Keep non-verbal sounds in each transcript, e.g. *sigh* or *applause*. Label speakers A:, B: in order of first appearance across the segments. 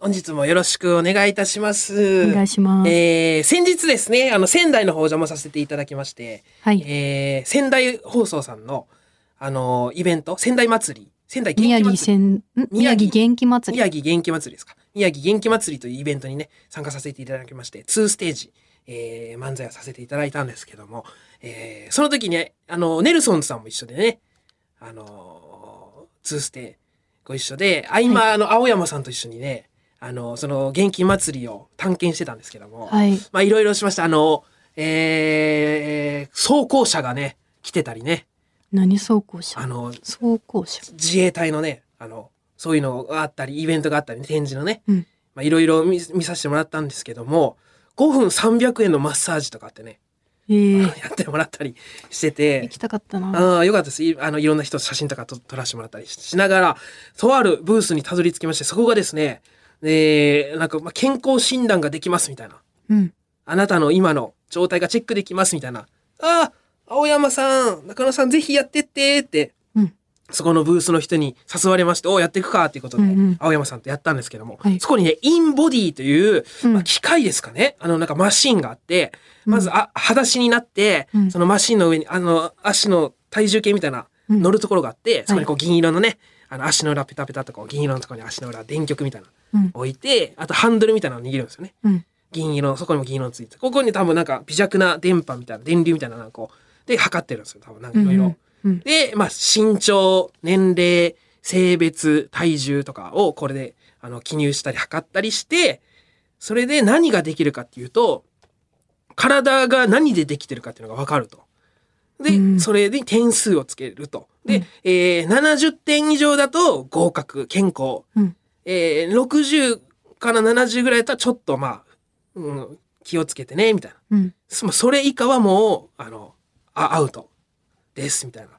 A: 本日もよろしくお願いいたします。
B: お願いします
A: えー先日ですね、あの、仙台の方邪魔させていただきまして、
B: はい
A: えー仙台放送さんの、あのイベント、仙台祭り、仙台元
B: 宮
A: 気
B: 城
A: 祭り。
B: せんん宮城元気祭り。
A: 宮城元気祭りですか。宮城元気祭りというイベントにね、参加させていただきまして、2ステージ、えー漫才をさせていただいたんですけども、えーその時ね、あの、ネルソンズさんも一緒でね、あのー、2ステご一緒で、合間、あの、青山さんと一緒にね、あの、その元気祭りを探検してたんですけども、
B: はい。
A: まあ、いろいろしました。あの、えー、装甲車がね、来てたりね、
B: 何走行
A: あ
B: 車
A: の、
B: 走行車。
A: 自衛隊のね、あの、そういうのがあったり、イベントがあったりね、展示のね、
B: うん
A: まあいろいろ見見させてもらったんですけども、5分300円のマッサージとかあってね、
B: えー、
A: やってもらったりして
B: 行
A: て
B: き、たかったな。
A: ああ、よかったです。いあの、いろんな人と写真とかと撮らせてもらったりししながら、とあるブースにたどり着きまして、そこがですね、えー、なんか、まあ、健康診断ができますみたいな。
B: うん。
A: あなたの今の状態がチェックできますみたいな。ああ、青山さん、中野さんぜひやってってって、
B: うん
A: そこのブースの人に誘われまして、おお、やっていくかっていうことで、
B: うんうん
A: 青山さんとやったんですけども、
B: はい
A: そこにね、インボディという、
B: うん
A: まあ、機械ですかね、あの、なんかマシンがあって、
B: うん
A: まず、あ、裸足になって、
B: うん
A: そのマシンの上に、あの、足の体重計みたいな、
B: うん
A: 乗るところがあって、そこにこう銀色のね、あの足の裏ペタペタとこう銀色のところに足の裏電極みたいな
B: うん
A: 置いて、あとハンドルみたいなのを握るんですよね。
B: うん
A: 銀色のそこにも銀色のついててここに多分なんか微弱な電波みたいな電流みたいななんかこうで測ってるんですよ多分なんかいろいろ。
B: うんうん
A: で、まあ、身長年齢性別体重とかをこれであの記入したり測ったりしてそれで何ができるかっていうと体が何でできてるかっていうのが分かると。で、
B: うん
A: それに点数をつけると。で、
B: うん
A: えー70点以上だと合格健康、
B: うん
A: えー60から70ぐらいだったらちょっとまあ、うん、気をつけてねみたいな
B: うん。
A: そそれ以下はもうあのあアウトですみたいな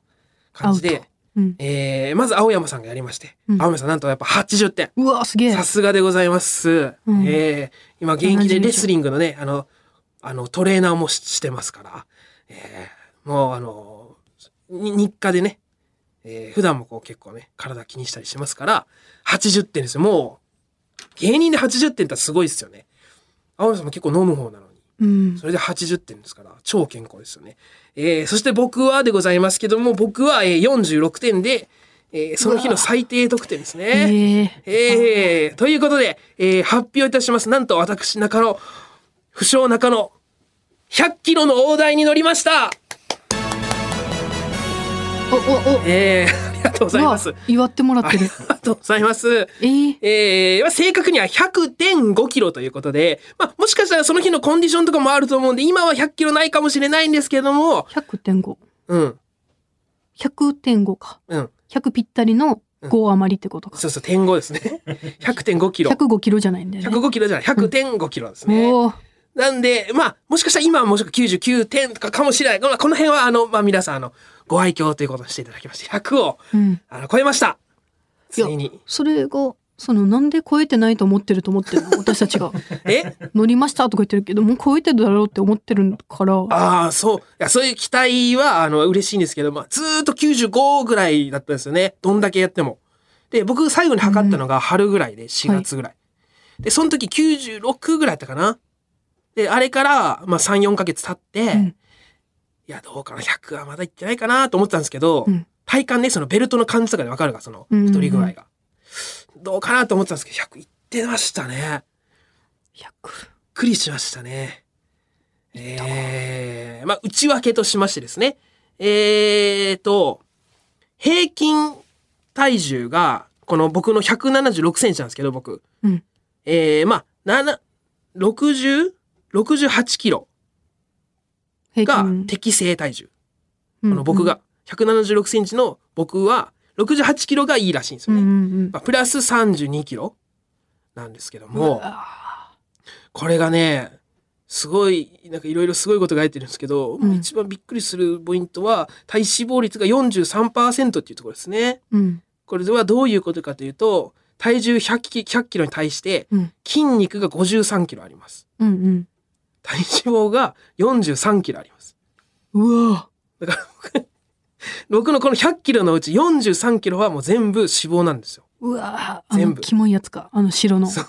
A: 感じ
B: アウ
A: で
B: ト、うん。
A: えーまず青山さんがやりまして、
B: うん
A: 青山さんなんとやっぱ80点
B: うわ、すげえ
A: さ。すがでございます、
B: うん
A: えー今現役でレスリングのねあのあのトレーナーもししてますから、えーもうあのに日課でね、えー普段もこう結構ね体気にしたりしてますから80点ですよもう芸人で80点ってすごいですよね青山さんも結構飲む方なのに
B: うん
A: そ。れで80点ですから、超健康ですよね。えーそして僕はでございますけども、僕は、えー46点で、えーその日の最低得点ですね。
B: ええ
A: えーということで、えー発表いたします。なんと私、中野、不詳中野、100キロの大台に乗りました
B: お、お、お。
A: えーありがとうございます。
B: う
A: あ
B: わ祝ってもらってる。
A: りがとうございます。
B: えー、
A: えーまあ正確には100.5キロということで、まあ、もしかしたらその日のコンディションとかもあると思うんで、今は100キロないかもしれないんですけども、
B: 100.5。
A: うん。
B: 100.5か。
A: うん。
B: 100ぴったりの
A: うん
B: 5余りってことか。
A: そうそう、点5です
B: *laughs*
A: ね。100.5キロ。
B: 105キロじゃないんだよね。
A: 105キロじゃない、100.5キロですね。
B: おー
A: なんで、まあ、もしかしたら今はもしくは99点とかかもしれない。まあこの辺は、あの、まあ皆さん、あの、ご愛嬌ということにしていただきまして、100を、
B: うん。
A: あの、超えました。
B: い
A: つ
B: や
A: いに。
B: それが、その、なんで超えてないと思ってると思ってるの私
A: *laughs*
B: たちが。
A: え
B: 乗りましたとか言ってるけど、もう超えてるだろうって思ってるから。
A: ああ、そう。いや、そういう期待は、あの、嬉しいんですけど、まあ、ずーっと95ぐらいだったんですよね。どんだけやっても。で、僕、最後に測ったのが春ぐらいで、4月ぐらい。で、その時96ぐらいだったかな。で、あれから、まあ、3、4ヶ月経って、
B: うん
A: いや、どうかな、100はまだいってないかなと思ってたんですけど、
B: うん
A: 体感ね、そのベルトの感じとかでわかるが、その、
B: うん
A: 太り具合が。どうかなと思ってたんですけど、100いってましたね。
B: 100。
A: びっくりしましたね。えー、まあ、内訳としましてですね。えーと、平均体重が、この僕の176センチなんですけど、僕。
B: うん
A: えー、まあ、7 60、68キロ
B: 平
A: が
B: 均。
A: 適正体重。
B: こ
A: この僕が、176センチの僕は、68キロがいいらしいんです
B: う
A: よ
B: ん
A: ね。
B: うん
A: まあ、プラス32キロなんですけど
B: うん。
A: も。
B: わ
A: これがねすごいなんかいろいろすごいことが入ってるんですけど、
B: うん
A: 一番びっくりするポイントは体脂肪率が43%っていうところですね。
B: ーうん。
A: これはどういうことかというと体重100キ ,100 キロに対して
B: うん
A: 筋肉が53キロあります。
B: うん
A: 体脂肪が43キロあります。
B: うん。うわ
A: 僕のこの100キロのうち43キロはもう全部脂肪なんですよ。 *laughs*
B: うわあ
A: 全
B: の
A: 部
B: キモいやつか。あの白の。
A: そう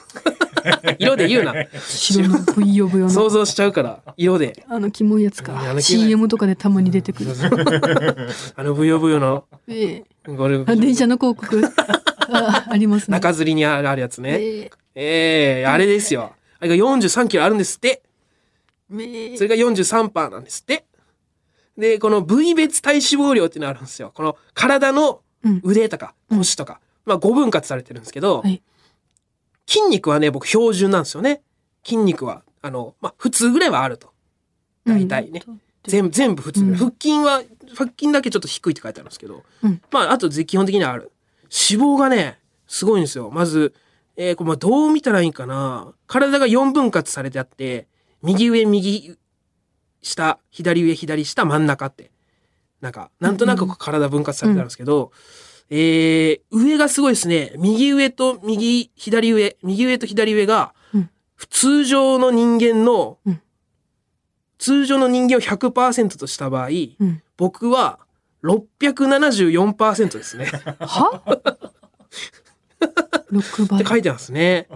A: 色で言うな。
B: 白のブイヨブヨ
A: 想
B: の。
A: 像しちゃうから、色で。
B: あのキモいやつ
A: あ
B: か。
A: のキモいやつ
B: CM とかでたまに出てくる。
A: あのブヨブヨの、
B: ええ。
A: ゴル
B: あ、電車の広
A: *laughs*
B: 告。あありますね。
A: 中吊りにあるあるやつね。
B: え
A: ええあれですよ。あれが43キロあるんですって。
B: えええ
A: それが43パーなんですって。で、この部位別体脂肪量っていうのがあるんですよ。この体の
B: うん
A: 腕とか
B: うん
A: 腰とか、まあ5分割されてるんですけど、
B: はい
A: 筋肉はね、僕標準なんですよね。筋肉は、あの、まあ普通ぐらいはあると。大体ね。
B: うん
A: 全部、全部普通ぐらい。
B: うん
A: 腹筋は、腹筋だけちょっと低いって書いてあるんですけど、
B: うん
A: まああとぜ基本的にはある。脂肪がね、すごいんですよ。まず、えーこれまあどう見たらいいんかな。体が4分割されてあって、右上、右下、左上、左下、真ん中って。なんか、なんとなくこう体分割されてあるんですけど、えー上がすごいですね。右上と右、左上、右上と左上が
B: うん、
A: 通常の人間の、
B: うん
A: 通常の人間を100%とした場合、
B: うん
A: 僕は674%ですね。っ
B: は ?6 倍
A: て。書いてますね。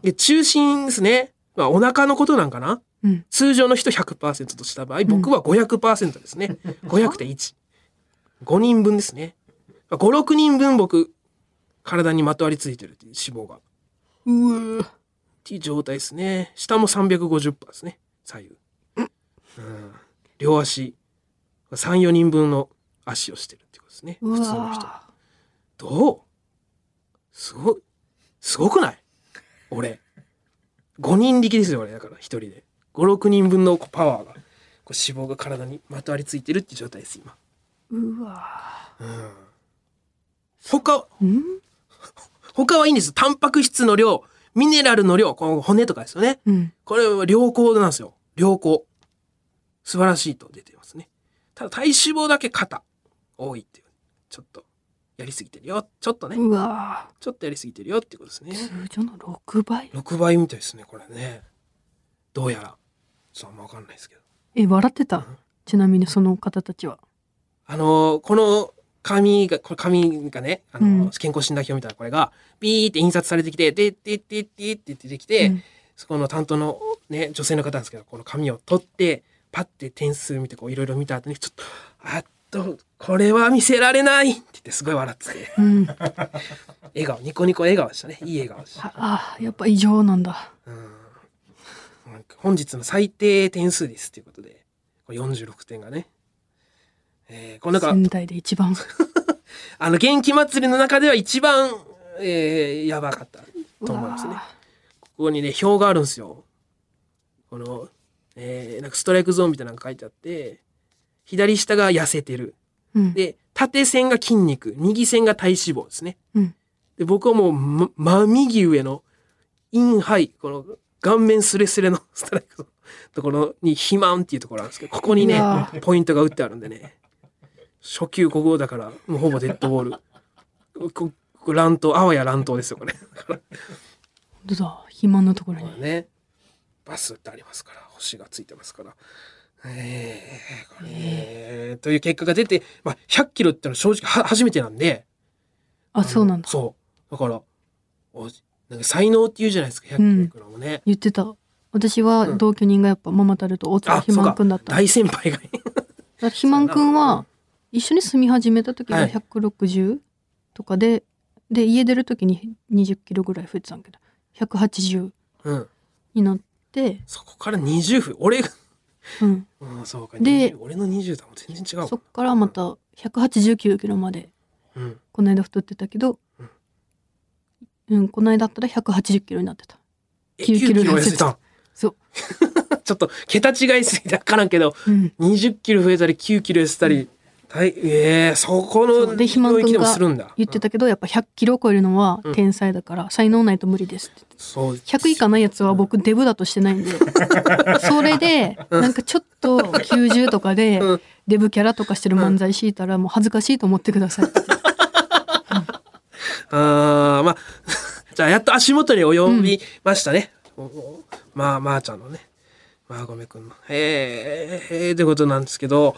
A: で、中心ですね。まあ、お腹のことなんかな
B: うん。
A: 通常の人100%とした場合、僕は500%ですね。500.1。5人分ですね。5、6人分僕、体にまとわりついてるっていう脂肪が。っ
B: うわ
A: ていう状態ですね。下も350%ですね。左右。うん。両足。3、4人分の足をしてるってことですね。
B: う
A: 普通の人。
B: わ
A: どうすごい、すごくない俺。5人力ですよ、俺。だから、一人で。5、6人分のこうパワーが、こう脂肪が体にまとわりついてるっていう状態です、今。
B: うわ
A: うん。他、
B: うん
A: 他はいいんです。タンパク質の量、ミネラルの量、この骨とかですよね。
B: うん。
A: これは良好なんですよ。良好。素晴らしいと出てますね。ただ、体脂肪だけ肩、多いっていう。ちょっと、やりすぎてるよ。ちょっとね。
B: うわ
A: ちょっとやりすぎてるよっていうことですね。
B: 通常の6倍
A: 6倍みたいですねこれねどうやらそうあんま分かんないですけど
B: え、笑ってたちなみにその方たちは。
A: あのーこの紙がこれ紙がねあのー
B: うん
A: 健康診断表みたいなこれがビーって印刷されてきてででででって出てきて、
B: うん
A: そこの担当のね女性の方なんですけどこの紙を取ってパッて点数見てこういろいろ見た後にちょっとあっとこれは見せられないって言ってすごい笑ってて
B: うん。
A: 笑顔ニコニコ笑顔でしたねいい笑顔でした。
B: ああ、やっぱ異常なんだ。
A: うんなんか本日の最低点数ですということで、これ46点がね。えー、この中、
B: 仙台で一番。
A: あの、元気祭りの中では一番、えー、やばかったと思いますね
B: う。わ
A: ここにね、表があるんですよ。この、えー、なんかストライクゾーンみたいなのが書いてあって、左下が痩せてる。
B: うん。
A: で、縦線が筋肉、右線が体脂肪ですね。
B: うん
A: で、僕はもう、ま、真右上の、インハイ、この、顔面スレスレの *laughs* ストライクのところに、肥満っていうところなんですけど、ここにね
B: うわ、
A: ポイントが打ってあるんでね。初級5号だから、もうほぼデッドボール。ここ乱闘、あわや乱闘ですよ、これ。だから
B: 本当だ。肥満のところ
A: こ
B: に。
A: れね、バスってありますから、星がついてますから。えー、これね、という結果が出て、まあ、100キロってのは正直は初めてなんで、
B: あ、そうなんだ。
A: そう。だから、おなんか才能って言うじゃないですか、100キロいくのもね。
B: 言ってた。私は
A: うん
B: 同居人がやっぱママタルと大塚
A: あ、
B: 肥
A: そう
B: 満
A: か
B: くんだっ。た。だか
A: 大先輩が。
B: ら肥満くんは一緒に住み始めた時
A: は
B: が
A: い
B: 160とかで、で、家出る時に20キロぐらい増えてたんだけど、180
A: *laughs* うん。
B: になって、
A: そこから20分。俺が、
B: うん。
A: うん、そうか。
B: で
A: 20俺の20だもん全然違うもん
B: そっからまた189キロまで
A: うん。
B: この間太ってたけど、うん、この間だったら180キロになってた。
A: え、9
B: 9
A: キ
B: キ
A: ロ
B: ロ
A: 痩せたん。
B: そう。
A: *laughs* ちょっと、桁違いすぎて分からんけど、
B: うん。
A: 20キロ増えたり、9キロ痩せたり、大えー、そこ
B: そ
A: の
B: うで肥満
A: 領
B: 君が
A: 域でもするんだ。
B: 言ってたけど、やっぱ100キロ超えるのは
A: うん
B: 天才だから、才能ないと無理ですって。
A: うんそう。
B: 100以下ないやつは僕デブだとしてないんで。
A: *laughs*
B: それで、なんかちょっと90とかで
A: うん、
B: デブキャラとかしてる漫才敷いたらもう恥ずかしいと思ってくださいって。
A: あーまあ、 *laughs* じゃあやっと足元に及びましたね。おおまあ、まあちゃんのね。まあごめくんの。えー、えー、ってことなんですけど、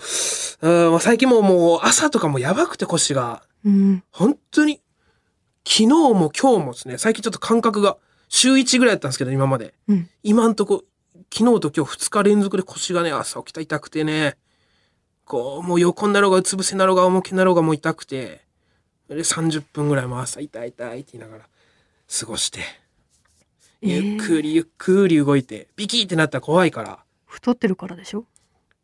A: うんまあ最近もうもう朝とかもやばくて腰が、
B: うん。
A: 本当に、昨日も今日もですね、最近ちょっと感覚が、週1ぐらいだったんですけど、今まで。
B: うん
A: 今んとこ、昨日と今日2日連続で腰がね、朝起きたら痛くてね、こう、もう横になろうが、うつ伏せになろうが、重きなろうがもう痛くて、で、30分ぐらいも朝痛い痛いって言いながら過ごして、
B: えー
A: ゆっくりゆっくり動いて、ビキーってなったら怖いから、
B: 太ってるからでしょ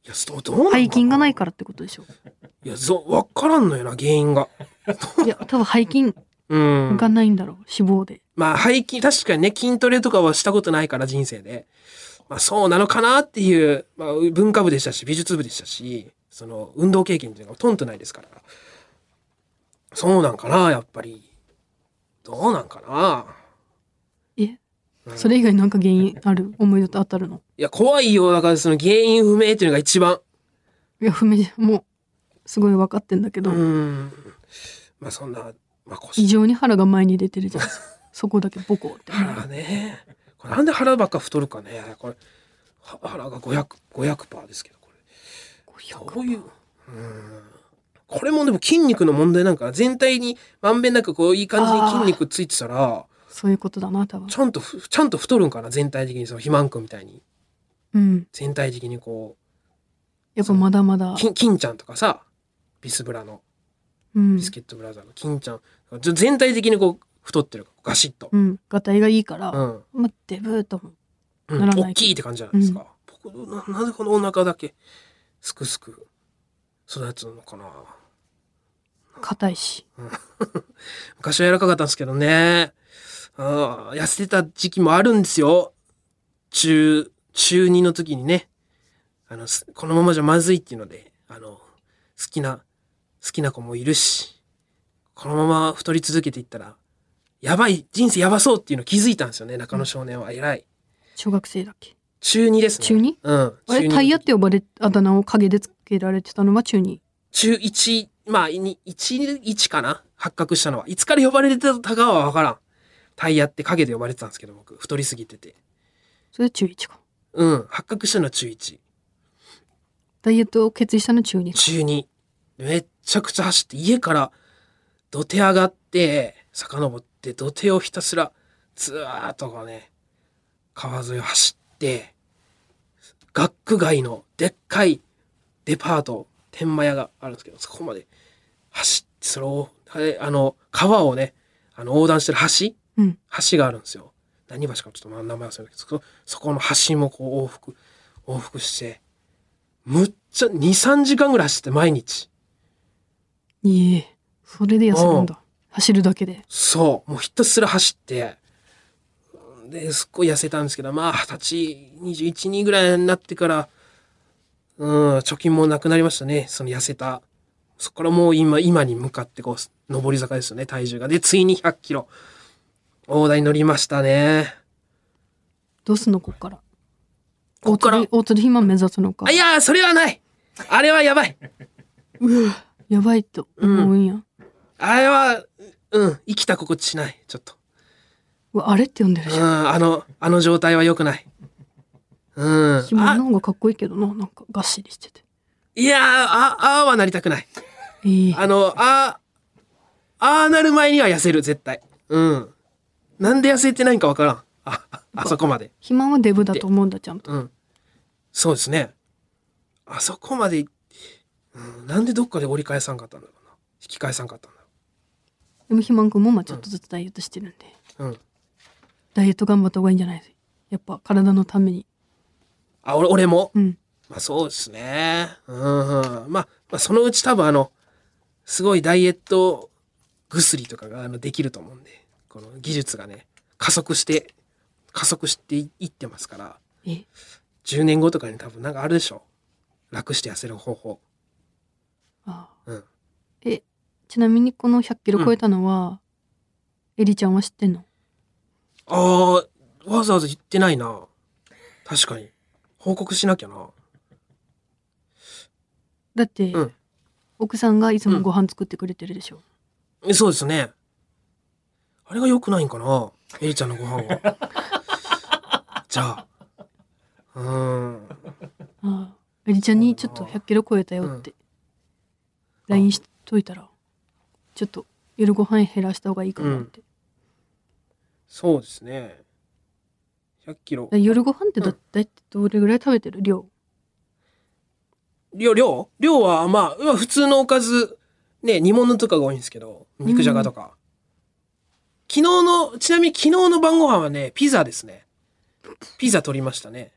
A: いや、どうどうなん
B: 背筋がない
A: か
B: からってことでしょ
A: な。いや、そう、わからんのよな、原因が。
B: いや多分背筋
A: うん。
B: がないんだろう、脂肪で
A: まあ、背筋、確かにね、筋トレとかはしたことないから、人生で。まあ、そうなのかなっていう、まあ、文化部でしたし、美術部でしたし、その、運動経験っていうのがほとんどないですから。そうなんかな、やっぱり。どうなんかな。
B: え
A: うん
B: それ以外なんか原因ある思い出と当たるの
A: いや、怖いよ。だから、その、原因不明っていうのが一番。
B: いや不明じゃもうすごい分かってんだけど、
A: うん。まあ、そんな、まあ、
B: 異
A: 腰。
B: 常に腹が前に出てる
A: *laughs*
B: じゃんそこだけボコって
A: 腹ね。これ、なんで腹ばっか太るかね。これ、は腹が500、500%ですけど、これ。こういう、うん。これもでも筋肉の問題なんかな全体にまんべんなくこういい感じに筋肉ついてたら、
B: そういうことだな多分
A: ちゃんとふ、ちゃんと太るんかな全体的に、その肥満君みたいに。
B: うん
A: 全体的にこ
B: やっぱまだまだ
A: う、金、金ちゃんとかさ、ビスブラの、
B: うん
A: ビスケットブラザーの金ちゃん。ぜ全体的にこう太ってるから、ガシッと
B: う。ん、がたいがいいから、
A: うん。
B: まあデブーとも
A: うん、
B: ならない
A: 大きいって感じじゃないですか。僕な、なぜこのお腹だけ、すくすく育つのかな
B: 硬いし
A: 昔は柔らかかったんですけどね。ああ、痩せてた時期もあるんですよ。中、中2の時にね。あの、すこのままじゃまずいっていうので、あの、好きな、好きな子もいるし、このまま太り続けていったら、やばい、人生やばそうっていうの気づいたんですよね、中野少年は。偉い。
B: 小学生だっけ
A: 中2ですね。
B: 中 2?
A: うん。
B: あれ
A: 中二
B: タイヤって呼ばれあだ名を陰でつけられてたのは中2
A: 中1、まあ、に1、1かな発覚したのは。いつから呼ばれてたかはわからん。タイヤって影で呼ばれてたんですけど、僕、太りすぎてて。
B: それ中1か
A: うん、発覚したのは中1。
B: ダイエットを決意したの中2か
A: 中2。めっちゃくちゃ走って、家から土手上がって、遡って、土手をひたすら、ずーっとこうね、川沿いを走って、学区外のでっかいデパート、天満屋があるんですけど、そこまで走って、それを、はいあの、川をね、あの、横断してる橋
B: うん
A: 橋があるんですよ。何橋かちょっとまあ名前忘れたけど、そこそこの橋もこう往復、往復して、むっちゃ2、3時間ぐらい走って毎日。
B: いえそれで痩せるんだ走るだけで
A: そう。もうひたすら走って、で、すっごい痩せたんですけど、まあ、二十歳、21、2ぐらいになってから、うん、貯金もなくなりましたね。その痩せた。そこからもう今、今に向かってこう、上り坂ですよね、体重が。で、ついに100キロ。大台乗りましたね。
B: どうすんのこっから
A: こっから
B: 大鳥大鳥肥満目指すのか
A: あいやー、それはないあれはやばいう
B: わやばいと思うんや、
A: あれは、うん、生きた心地しない。ちょっと。
B: うわあれって呼んでる
A: う
B: じ
A: ん、
B: ゃん
A: あの、あの状態は良くない。うん。
B: 肥満
A: あ
B: の方がかっこいいけどななんかがっしりしてて
A: いやー、あ、ああはなりたくない。
B: ええ
A: あの、ああ、ああなる前には痩せる、絶対。うん。なんで痩せてないんかわからん。あ、ああそこまで。
B: 肥満はデブだと思うんだちゃんと
A: うん。そうですね。あそこまで、うん、なんでどっかで折り返さんかったんだろうな。引き返さんかったんだ
B: でも肥満君もまあちょっとずつダイエットしてるんで、
A: ろう。うん。
B: ダイエット頑張った方がいいんじゃないやっぱ体のために
A: あ、俺、俺も。
B: うん
A: まあそうですね。うん、うん。まあ、まあそのうち多分あの、すごいダイエット薬とかがあのできると思うんで、この技術がね、加速して、加速していいってますから、
B: え
A: 10年後とかに多分なんかあるでしょ。楽して痩せる方法。
B: ああ
A: うん。
B: えちなみにこの100キロ超えたのは、エリちゃんは知ってんの
A: ああ、わざわざ言ってないな。確かに。報告しなきゃな。
B: だって、
A: うん
B: 奥さんがいつもご飯作ってくれてるでしょ、
A: えそうですね。あれが良くないんかなエリちゃんのご飯 *laughs* は。じゃあ。うーん。
B: ああエリちゃんにちょっと100キロ超えたよって LINE しといたらちょっと夜ご飯減らした方がいいかなって、
A: そうですね。 100キロ。
B: 夜ご飯ってだ
A: う
B: だいたいどれぐらい食べてる量
A: 量、量量は、まあうわ、普通のおかず、ね、煮物とかが多いんですけど、肉じゃがとか。昨日の、ちなみに昨日の晩ご飯はね、ピザですね。ピザ取りましたね。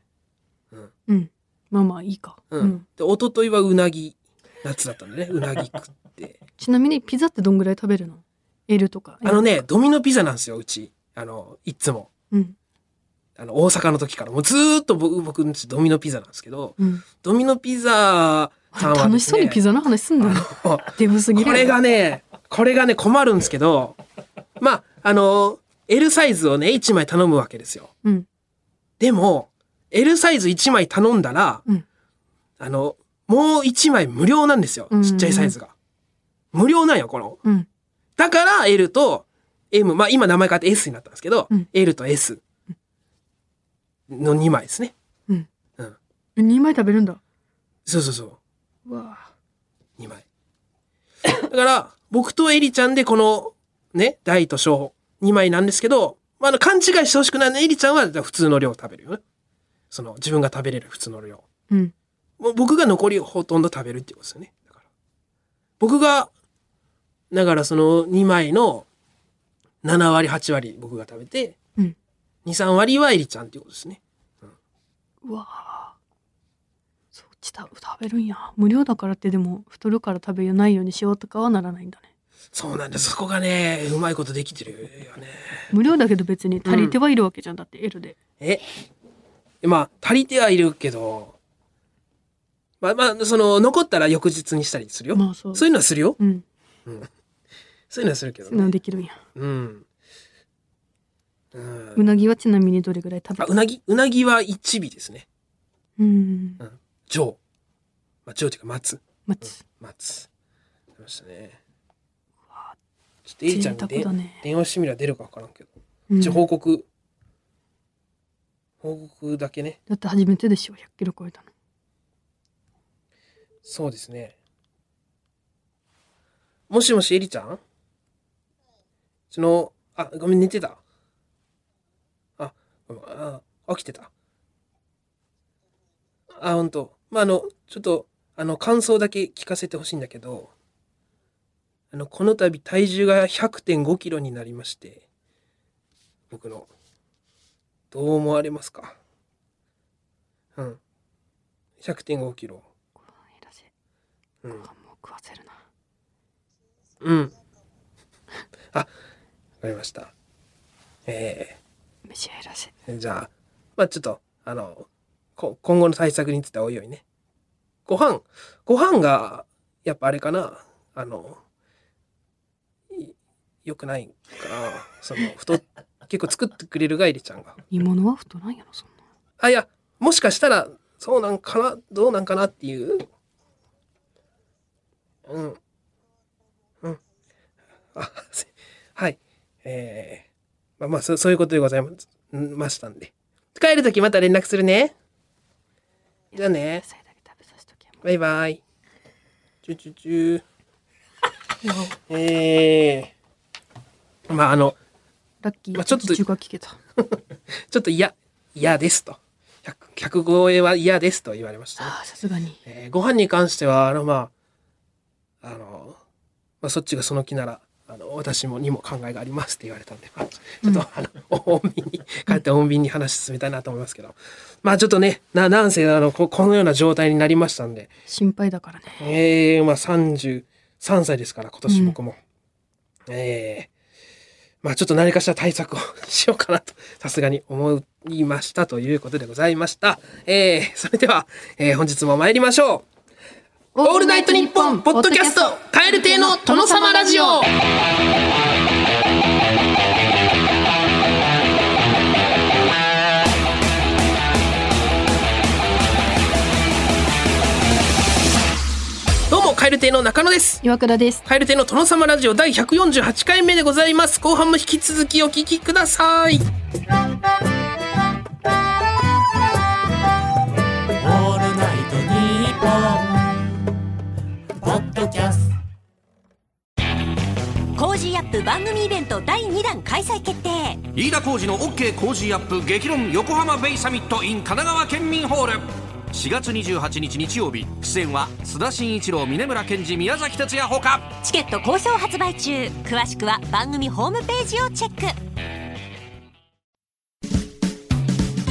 B: うんまあまあいいか、
A: うん。
B: うん
A: で、一昨日はうなぎ、夏だったんでね、うなぎ食
B: *laughs*
A: って。
B: ちなみにピザってどんぐらい食べるの ?L とか
A: あのね、ドミノピザなんですよ、うち。あの、いっつも。
B: うん
A: あの、大阪の時から。もうずーっと僕、僕のうちドミノピザなんですけど、
B: うん
A: ドミノピザさんはですね、
B: 楽しそうにピザの話すんだよ
A: あの
B: デブすぎる
A: これがね、これがね、困るんですけど、まあ、あの、L サイズをね、1枚頼むわけですよ。
B: うん
A: でも、L サイズ1枚頼んだら、
B: うん
A: あの、もう1枚無料なんですよ
B: うん。うんうん
A: ちっちゃいサイズが。無料なんよ、この。
B: うん
A: だから L と M、まあ今名前変わって S になったんですけど、
B: うん
A: L と S の2枚ですね。
B: 2枚食べるんだ
A: そうそうそう。
B: うわあ
A: 2枚。だから、僕とエリちゃんでこの、ね、大と小、2枚なんですけど、まあ、あの、勘違いしてほしくないの、エリちゃんは普通の量を食べるよね。その、自分が食べれる普通の量。
B: うん
A: もう僕が残りをほとんど食べるってことですよね。だから。僕が、だからその2枚の7割、8割僕が食べて、
B: うん
A: 2、3割はエリちゃんっていうことですね。
B: うわあそっちた食べるんや無料だからってでも太るから食べないようにしようとかはならないんだね
A: そうなんです。そこがね、うまいことできてるよね。
B: 無料だけど別に足りてはいるわけじゃん、だって L で
A: えまあ足りてはいるけどまあまあその残ったら翌日にしたりするよ、
B: まあそう
A: そういうのはするよ
B: うん
A: そういうのはするけど
B: そういうの
A: ね
B: できるんや
A: うん、う、
B: うんなぎはちなみにどれぐらい食べ
A: あ
B: る
A: うなぎうなぎは一尾ですね
B: うん
A: 上まあ上っていうか松
B: 待つ
A: 松出ましたねちょっとエリちゃんに
B: 贅
A: で、
B: 沢だね
A: 電話してみれば出るか分からんけど、
B: うん
A: ちょ報告報告だけね
B: だって初めてでしょ100キロ超えたの
A: そうですね。もしもし、エリちゃんその、あ、ごめん、寝てたあ、ごめんあ、起きてた。あ、ほんと。まあ、あの、ちょっと、あの、感想だけ聞かせてほしいんだけど、あの、この度体重が100.5キロになりまして、僕の、どう思われますかうん。100.5キロ。
B: ご飯減らせ
A: うん
B: ご。飯も食わせるな
A: うん。あ、わかりました。え
B: 飯減らせ
A: ー、じゃあ、まあちょっと、あの、こ今後の対策についてはおいおいね。ご飯、ご飯が、やっぱあれかな、あの、い良くないかな、その、太っ、結構作ってくれるが、エリちゃんが。
B: 煮物は太らんやろそんな
A: あ、いや、もしかしたら、そうなんかな、どうなんかなっていう。うん。うん。あ、 *laughs* せはい。えー、まあまあそ、そういうことでございますんましたんで。帰るときまた連絡するね。じゃあね
B: 野。菜だけ食べさせとけ
A: バイバイ。チュチュチュえー。まあ、あの、
B: ラッキー
A: まあちょっと
B: 中華聞けた
A: ちょっと嫌、嫌ですと。100、100超えは嫌ですと言われましたね。
B: あーさすがに
A: えーご飯に関しては、あの、まあ、あの、まあ、そっちがその気なら、あの、私もにも考えがありますって言われたんで、まあ、ちょっと、あの、穏便に、帰って穏便に話進めたいなと思いますけど、まあ、ちょっとね、な、なんせ、あの、ここのような状態になりましたんで、
B: 心配だからね
A: ええまあ、33歳ですから、今年僕も。ええまあ、ちょっと何かしら対策をしようかなと、さすがに思いましたということでございました。ええそれでは、えー本日も参りましょう。オールナイトニッポンポッドキャストカエル亭の殿様ラジオどうも、カエル亭の中野です。
B: 岩倉です
A: カエル亭の殿様ラジオ第148回目でございます。後半も引き続きお聞きください。
C: オールナイトニッポン」ポッドキャスト
D: コージーアップ番組イベント第2弾開催決定
E: いい
D: 田浩二の OK 工事アップ激論横浜ベイサミット in 神奈川県民ホール4月28日日曜日出演は須田慎一郎峯村健二宮崎哲也ほか
E: チケット好評発売中詳しくは番組ホームページをチェック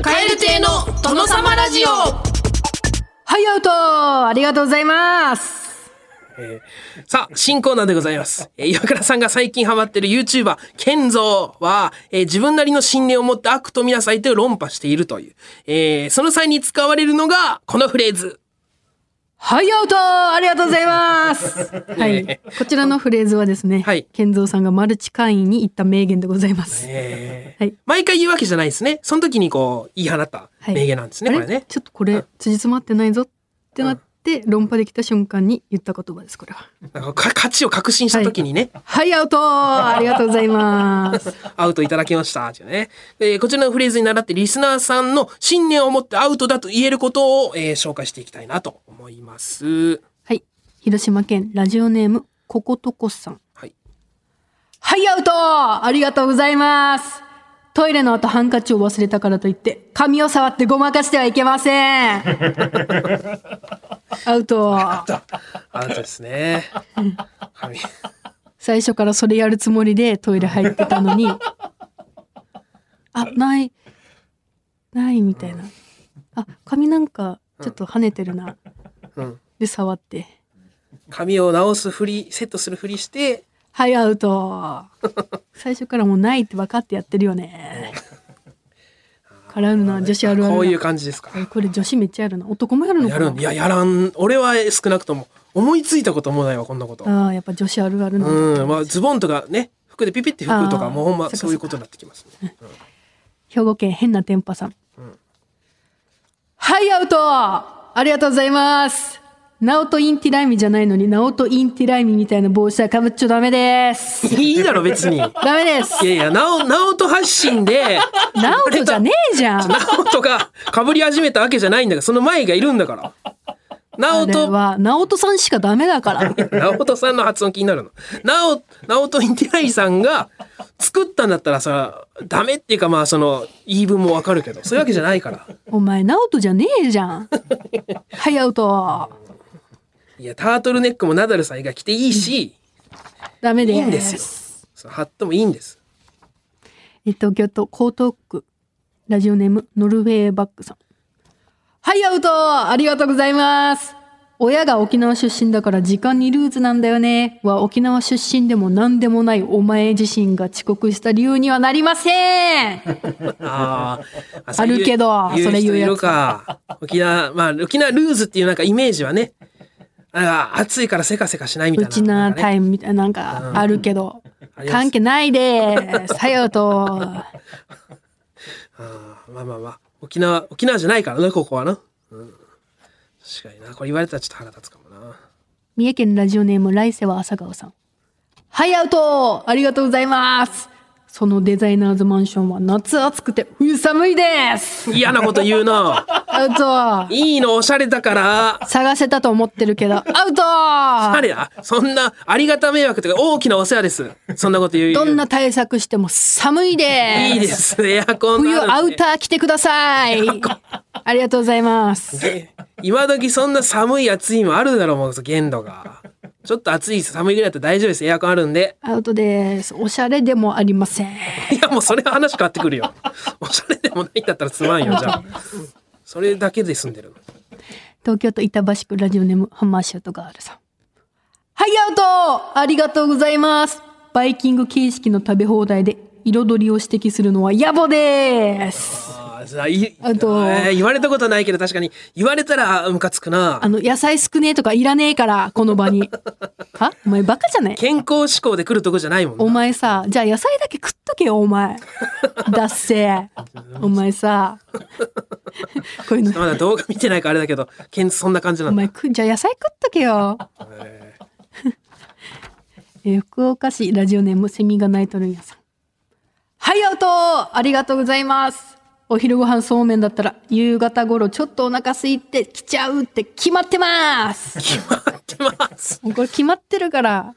F: カエル亭の殿様ラジオ
G: はい、アウトありがとうございます
A: えーさあ、新コーナーでございます。えー岩倉さんが最近ハマってる YouTuber、ケンゾーは、えー自分なりの信念を持って悪と見なさいという論破しているという。えーその際に使われるのが、このフレーズ。
G: はい、アウトありがとうございます
B: *laughs* はい。こちらのフレーズはですね、
A: はい
B: 健三さんがマルチ会員に言った名言でございます。
A: えー
B: はい
A: 毎回言うわけじゃないですね。その時にこう、言い放った
B: はい
A: 名言なんですね、これね。
B: ちょっとこれ、辻詰まってないぞってなって、論破できた瞬間に言った言葉です、これは。
A: なんかか価値を確信した時にね、
B: はい、アウ
A: *laughs*
B: トありがとうございます。
A: アウトいただきました。っていうね。えーこちらのフレーズに倣って、リスナーさんの信念を持ってアウトだと言えることを、えー紹介していきたいなと思います。
B: はい。広島県ラジオネーム、ココトコスさん。
A: はい。
G: はい、アウトありがとうございますトイレの後ハンカチを忘れたからといって、髪を触ってごまかしてはいけませ
A: *laughs*
G: ん
B: アウト
A: アウトですね。はい
B: 最初からそれやるつもりでトイレ入ってたのに *laughs* あないないみたいなあ髪なんかちょっと跳ねてるな、
A: うん
B: で触って
A: 髪を直すふり、セットするふりして、
B: 「はいアウ *laughs* ト」最初からもうないって分かってやってるよねからあるな女子あるあるな
A: こういう感じですか。
B: これ女子めっちゃやるな男もやるの
A: や
B: か
A: るんい
B: な
A: や、やらん。俺は少なくとも、思いついたこともないわ、こんなこと。
B: ああやっぱ女子あるあるな、
A: うん。まあ、ズボンとかね、服でピピって拭くと
B: あ
A: か、
B: ー
A: もうほんま
B: そっかそっか
A: そういうことになってきますね。
B: 兵庫県変な天パさん
G: はい、アウトありがとうございますナオトインティライミじゃないのに、ナオトインティライミみたいな帽子は被っちゃダメです
A: いいだろ、別
B: *laughs*
A: に。い
G: ダメです
A: やいや、なお、なおと発信で、
B: ナオトじゃねえじゃん
A: なおとがかぶり始めたわけじゃないんだから、その前がいるんだから。な
B: あ
A: お
B: れ
A: と、
B: はナオトさんしかダメだから
A: 直人さんの発音気になるの。直、直人インティライさんが作ったんだったらさ、ダメっていうかまあその言い分もわかるけど、そういうわけじゃないから。
B: お前、ナオトじゃねえじゃん。はい、アウト。
A: いや、タートルネックもナダルさんが着ていいし、
B: ダメ
A: い
B: です。
A: いんですよ。そのハットもいいんです。
B: えっと、東京都江東区、ラジオネーム、ノルウェーバックさん。
G: はい、アウトありがとうございます親が沖縄出身だから時間にルーズなんだよね。は沖縄出身でも何でもないお前自身が遅刻した理由にはなりません
A: あーあ、
G: あるけどそ
A: それ
G: れ言う
A: 言う人い
G: やつ
A: るか。沖縄、まあ沖縄ルーズっていうなんかイメージはね、あ暑いからせかせかしないみた
B: う
A: いな。
B: ちな
A: なんか
B: タ
A: ね
B: イムみたいな、なんか、あるけど、
A: あります
B: 関係な
A: *laughs*
B: いです。はい、アウト。
A: あーまあまあまあ、沖縄、沖縄じゃないからね、ここはな。うん。確かにな。これ言われたらちょっと腹立つかもな。
B: 三重県ラジオネーム、来世は朝顔さん。
G: はい、アウトありがとうございますそのデザイナーズマンションは夏暑くて冬寒いです
A: 嫌なこと言うな。
G: アウト
A: いいの、おしゃれだから。
G: 探せたと思ってるけど、アウ
A: あれだ。そんな、ありがた迷惑とか、大きなお世話です。そんなこと言う。
G: トどんな対策しても寒いです
A: い
G: *laughs*
A: いです。エアコン
G: 冬
A: のあ
G: ア
A: る
G: ウ
A: ね。
G: ター着てくださいありがとうございます
A: 今時そんな寒い暑いもあるだろう、もう限度が。ちょっと暑い、寒いぐらいだったら大丈夫です。エアコンあるんで。
G: アウトですおしゃれでもありません
A: いや、もうそれは話変わってくるよ。おしゃれでもないんだったらつまんよ、じゃあ。それだけで済んでるの。
B: 東京都板橋区ラジオネーム、ハンマーシュートガールさん。
G: はいアウトありがとうございますバイキング形式の食べ放題で彩りを指摘するのは野暮です
A: ああーさい
B: あと
A: えー言われたことないけど確かに言われたらあムカつくな
B: あの、野菜少ねえとかいらねえから、この場に。 *laughs* はお前バカじゃねえ
A: 健康志向で来るとこじゃないもんな
B: お前さ、じゃあ野菜だけ食っとけよ、お前。だっせ。お前さ。こういうの。
A: まだ動画見てないからあれだけどけんそんな感じな
B: お
A: んだ
B: 前く、じゃあ野菜食っとけよ。えー *laughs* 福岡市ラジオネームセミがナイトルンヤさん。
G: はい、アウトありがとうございます。お昼ご飯そうめんだったら、夕方頃ちょっとお腹空いてきちゃうって決まってます。
A: 決まってます
B: *laughs* もうこれ決まってるから。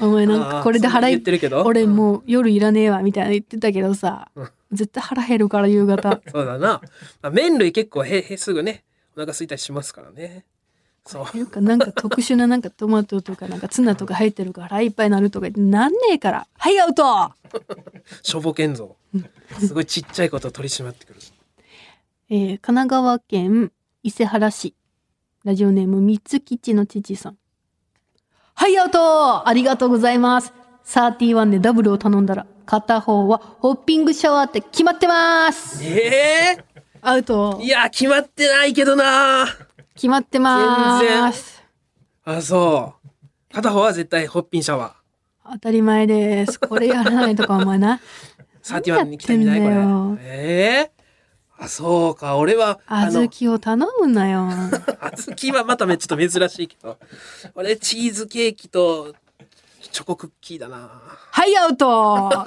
B: お前なんかこれで
A: あーそんな
B: 腹い
A: 言ってるけど
B: 俺もう夜いらねえわみたいな言ってたけどさ、絶対腹減るから夕方
A: そうだな、まあ、麺類結構へへすぐねお腹空いたりしますからねそう
B: なんかなんか特殊ななんかトマトとかなんかツナとか入ってるから腹いっぱいなるとか言ってなんねえからはいアウト
A: しょぼけんぞすごいちっちゃいことを取り締まってくる
B: えー神奈川県伊勢原市ラジオネーム三つ吉の父さん
G: はい、アウトありがとうございます。31でダブルを頼んだら、片方はホッピングシャワーって決まってます。
A: ええ
G: アウト
A: いや決まってないけどな
G: 決まってます。
A: あそう片方は絶対ホッピンシャワ
B: 当たり前ですこれやらないとかお
A: *laughs*
B: 前な
A: ー31に来たみないこれ
B: 何やっ
A: ええあそうか俺はあの
B: 小豆を頼むなよ
A: 小豆はまためちょっと珍しいけど俺チーズケーキとチョコクッキーだな
B: はいア
A: *laughs*
B: ウト
A: ア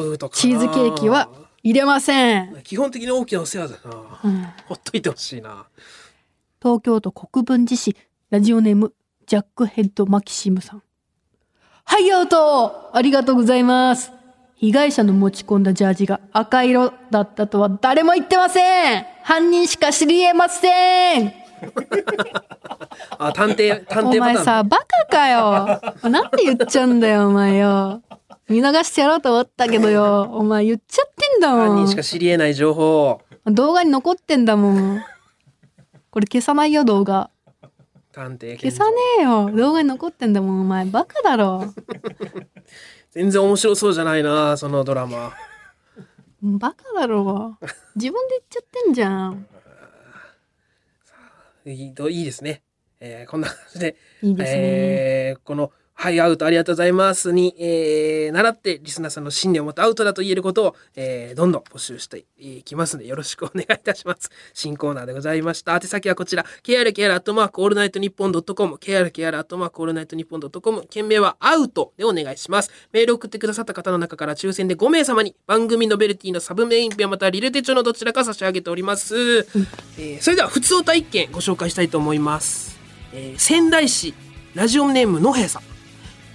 A: ウトかな
B: チーズケーキは入れません。
A: 基本的に大きなお世話だな、
B: うん
A: ほっといてほしいな
B: 東京都国分寺市ラジオネームジャックヘッドマキシムさん。
G: はい、アウトありがとうございます。被害者の持ち込んだジャージが赤色だったとは誰も言ってません犯人しか知り得ません
A: あ探偵探
B: *laughs* お
A: 偵パ
B: 前
A: ターン
B: さ、バカかよ。 *laughs* なんて言っちゃうんだよ、お前よ。見逃してやろうと思ったけどよ。お前言っちゃってんだ
A: 犯
B: も
A: 人しか知り得ない情報
B: ん。動画に残ってんだもん。これ消さないよ、動画。
A: 探偵
B: 消さねえよ。動画に残ってんだもん、お前。バカだろ。
A: 全然面白そうじゃないなそのドラマ
B: バカだろ。自分で言っちゃってんじゃん。
A: いいといいですね、えーこんな感じで
B: いいですね。
A: えーこの「はいアウトありがとうございますに」えー習ってリスナーさんの信念を持ってアウトだと言えることを、えーどんどん募集していきますのでよろしくお願いいたします *laughs* 新コーナーでございました宛先はこちら KRKR アットマークオールナイトニッポンドットコム KRKR アットマークオールナイトニッポンドットコム件名はアウトでお願いしますメールを送ってくださった方の中から抽選で5名様に番組ノベルティのサブメインペアまたはリレ手帳のどちらか差し上げております、えーそれでは普通体験ご紹介したいと思います、えー仙台市ラジオネームのへさん。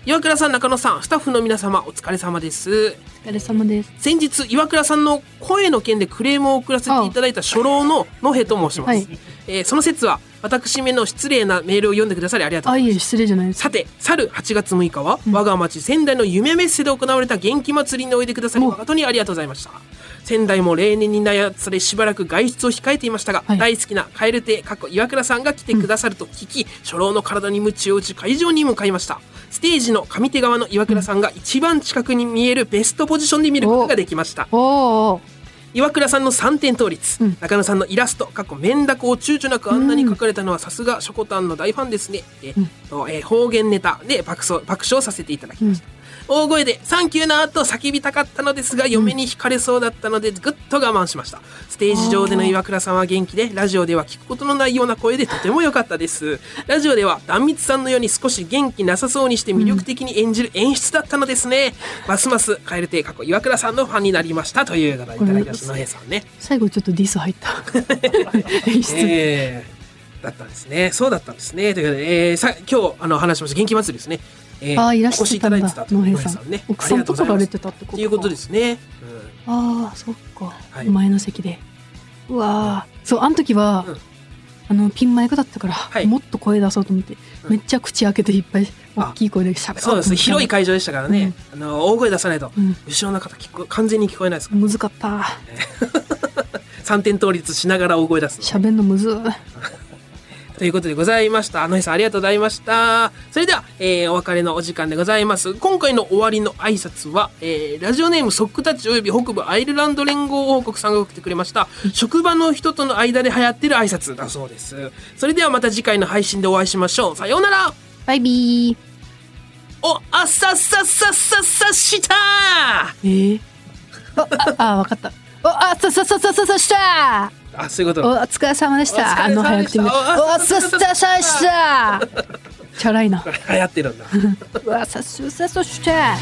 A: 岩倉さん、中野さん、スタッフの皆様、お疲れ様です。
B: お疲れ様です。
A: 先日、岩倉さんの声の件でクレームを送らせていただいた初老ののへと申します。
B: はい
A: えーその説は、私めの失礼なメールを読んでくださりありがとうございます
B: あ、いえ、失礼じゃないです。
A: さて、去る8月6日は、我が町仙台の夢メッセで行われた元気祭りにおいでくださり、誠にありがとうございました。仙台も例年に悩まされしばらく外出を控えていましたが、
B: はい
A: 大好きな蛙亭過去岩倉さんが来てくださると聞き、初老の体に鞭を打ち会場に向かいました。ステージの上手側の岩倉さんが一番近くに見えるベストポジションで見ることができました。
B: おーおー
A: 岩倉さんの3点倒立、中野さんのイラスト過去面だこを躊躇なくあんなに書かれたのはさすがしょこたんの大ファンですね、えとえー方言ネタで爆走爆笑させていただきました、大声で「サンキューな」と叫びたかったのですが嫁に惹かれそうだったのでぐっと我慢しましたステージ上での岩倉さんは元気でラジオでは聞くことのないような声でとても良かったですラジオでは壇蜜さんのように少し元気なさそうにして魅力的に演じる演出だったのですね、ますます蛙亭過去岩倉さんのファンになりましたという方いただきました野平さんね
B: 最後ちょっとディス入った。演 *laughs* 出
A: えーだったんですね。そうだったんですね。ということで、えー、さ今日あの話しました元気祭りですね。えー
B: あーいらっしゃったんだ
A: お越しいただいてた
B: 野平さん
A: ね。
B: 奥さん
A: ありが
B: と
A: うございます
B: 撮られてたってことか
A: いうことですね。うん
B: ああそっか、
A: はい
B: 前の席でうわーそうあの時は、
A: うん
B: あのピンマイクだったから、
A: い
B: もっと声出そうと思って、
A: うん
B: めっちゃ口開けていっぱい
A: あ
B: 大きい声で喋ろう
A: そうですね。広い
B: か
A: 会場でしたからね。あの大声出さないと、
B: うん
A: 後ろの方聞こ完全に聞こえないですから。
B: むずかった
A: 三点倒立しながら大声出すの。
B: 喋んのむず
A: とということでございました。あの日さんありがとうございました。それでは、えーお別れのお時間でございます。今回の終わりの挨拶は、えーラジオネームソックタッチおよび北部アイルランド連合王国さんが送ってくれました、職場の人との間で流行ってる挨拶だそうです。それではまた次回の配信でお会いしましょう。さようなら
B: バイビー。
A: お、あっさっさっさっさっさした
B: えー、あ、あ、あわかった。お、あ、ささささささした
A: あ、そういうこ
B: お
A: と。
B: 疲れ様でし
A: お
B: た。
A: 疲
B: あ
A: れ
B: の
A: 様
B: 早
A: でした
B: 口で。おささささした。チャラいな。
A: 流行ってるんだ。
B: うわ、さっさささした。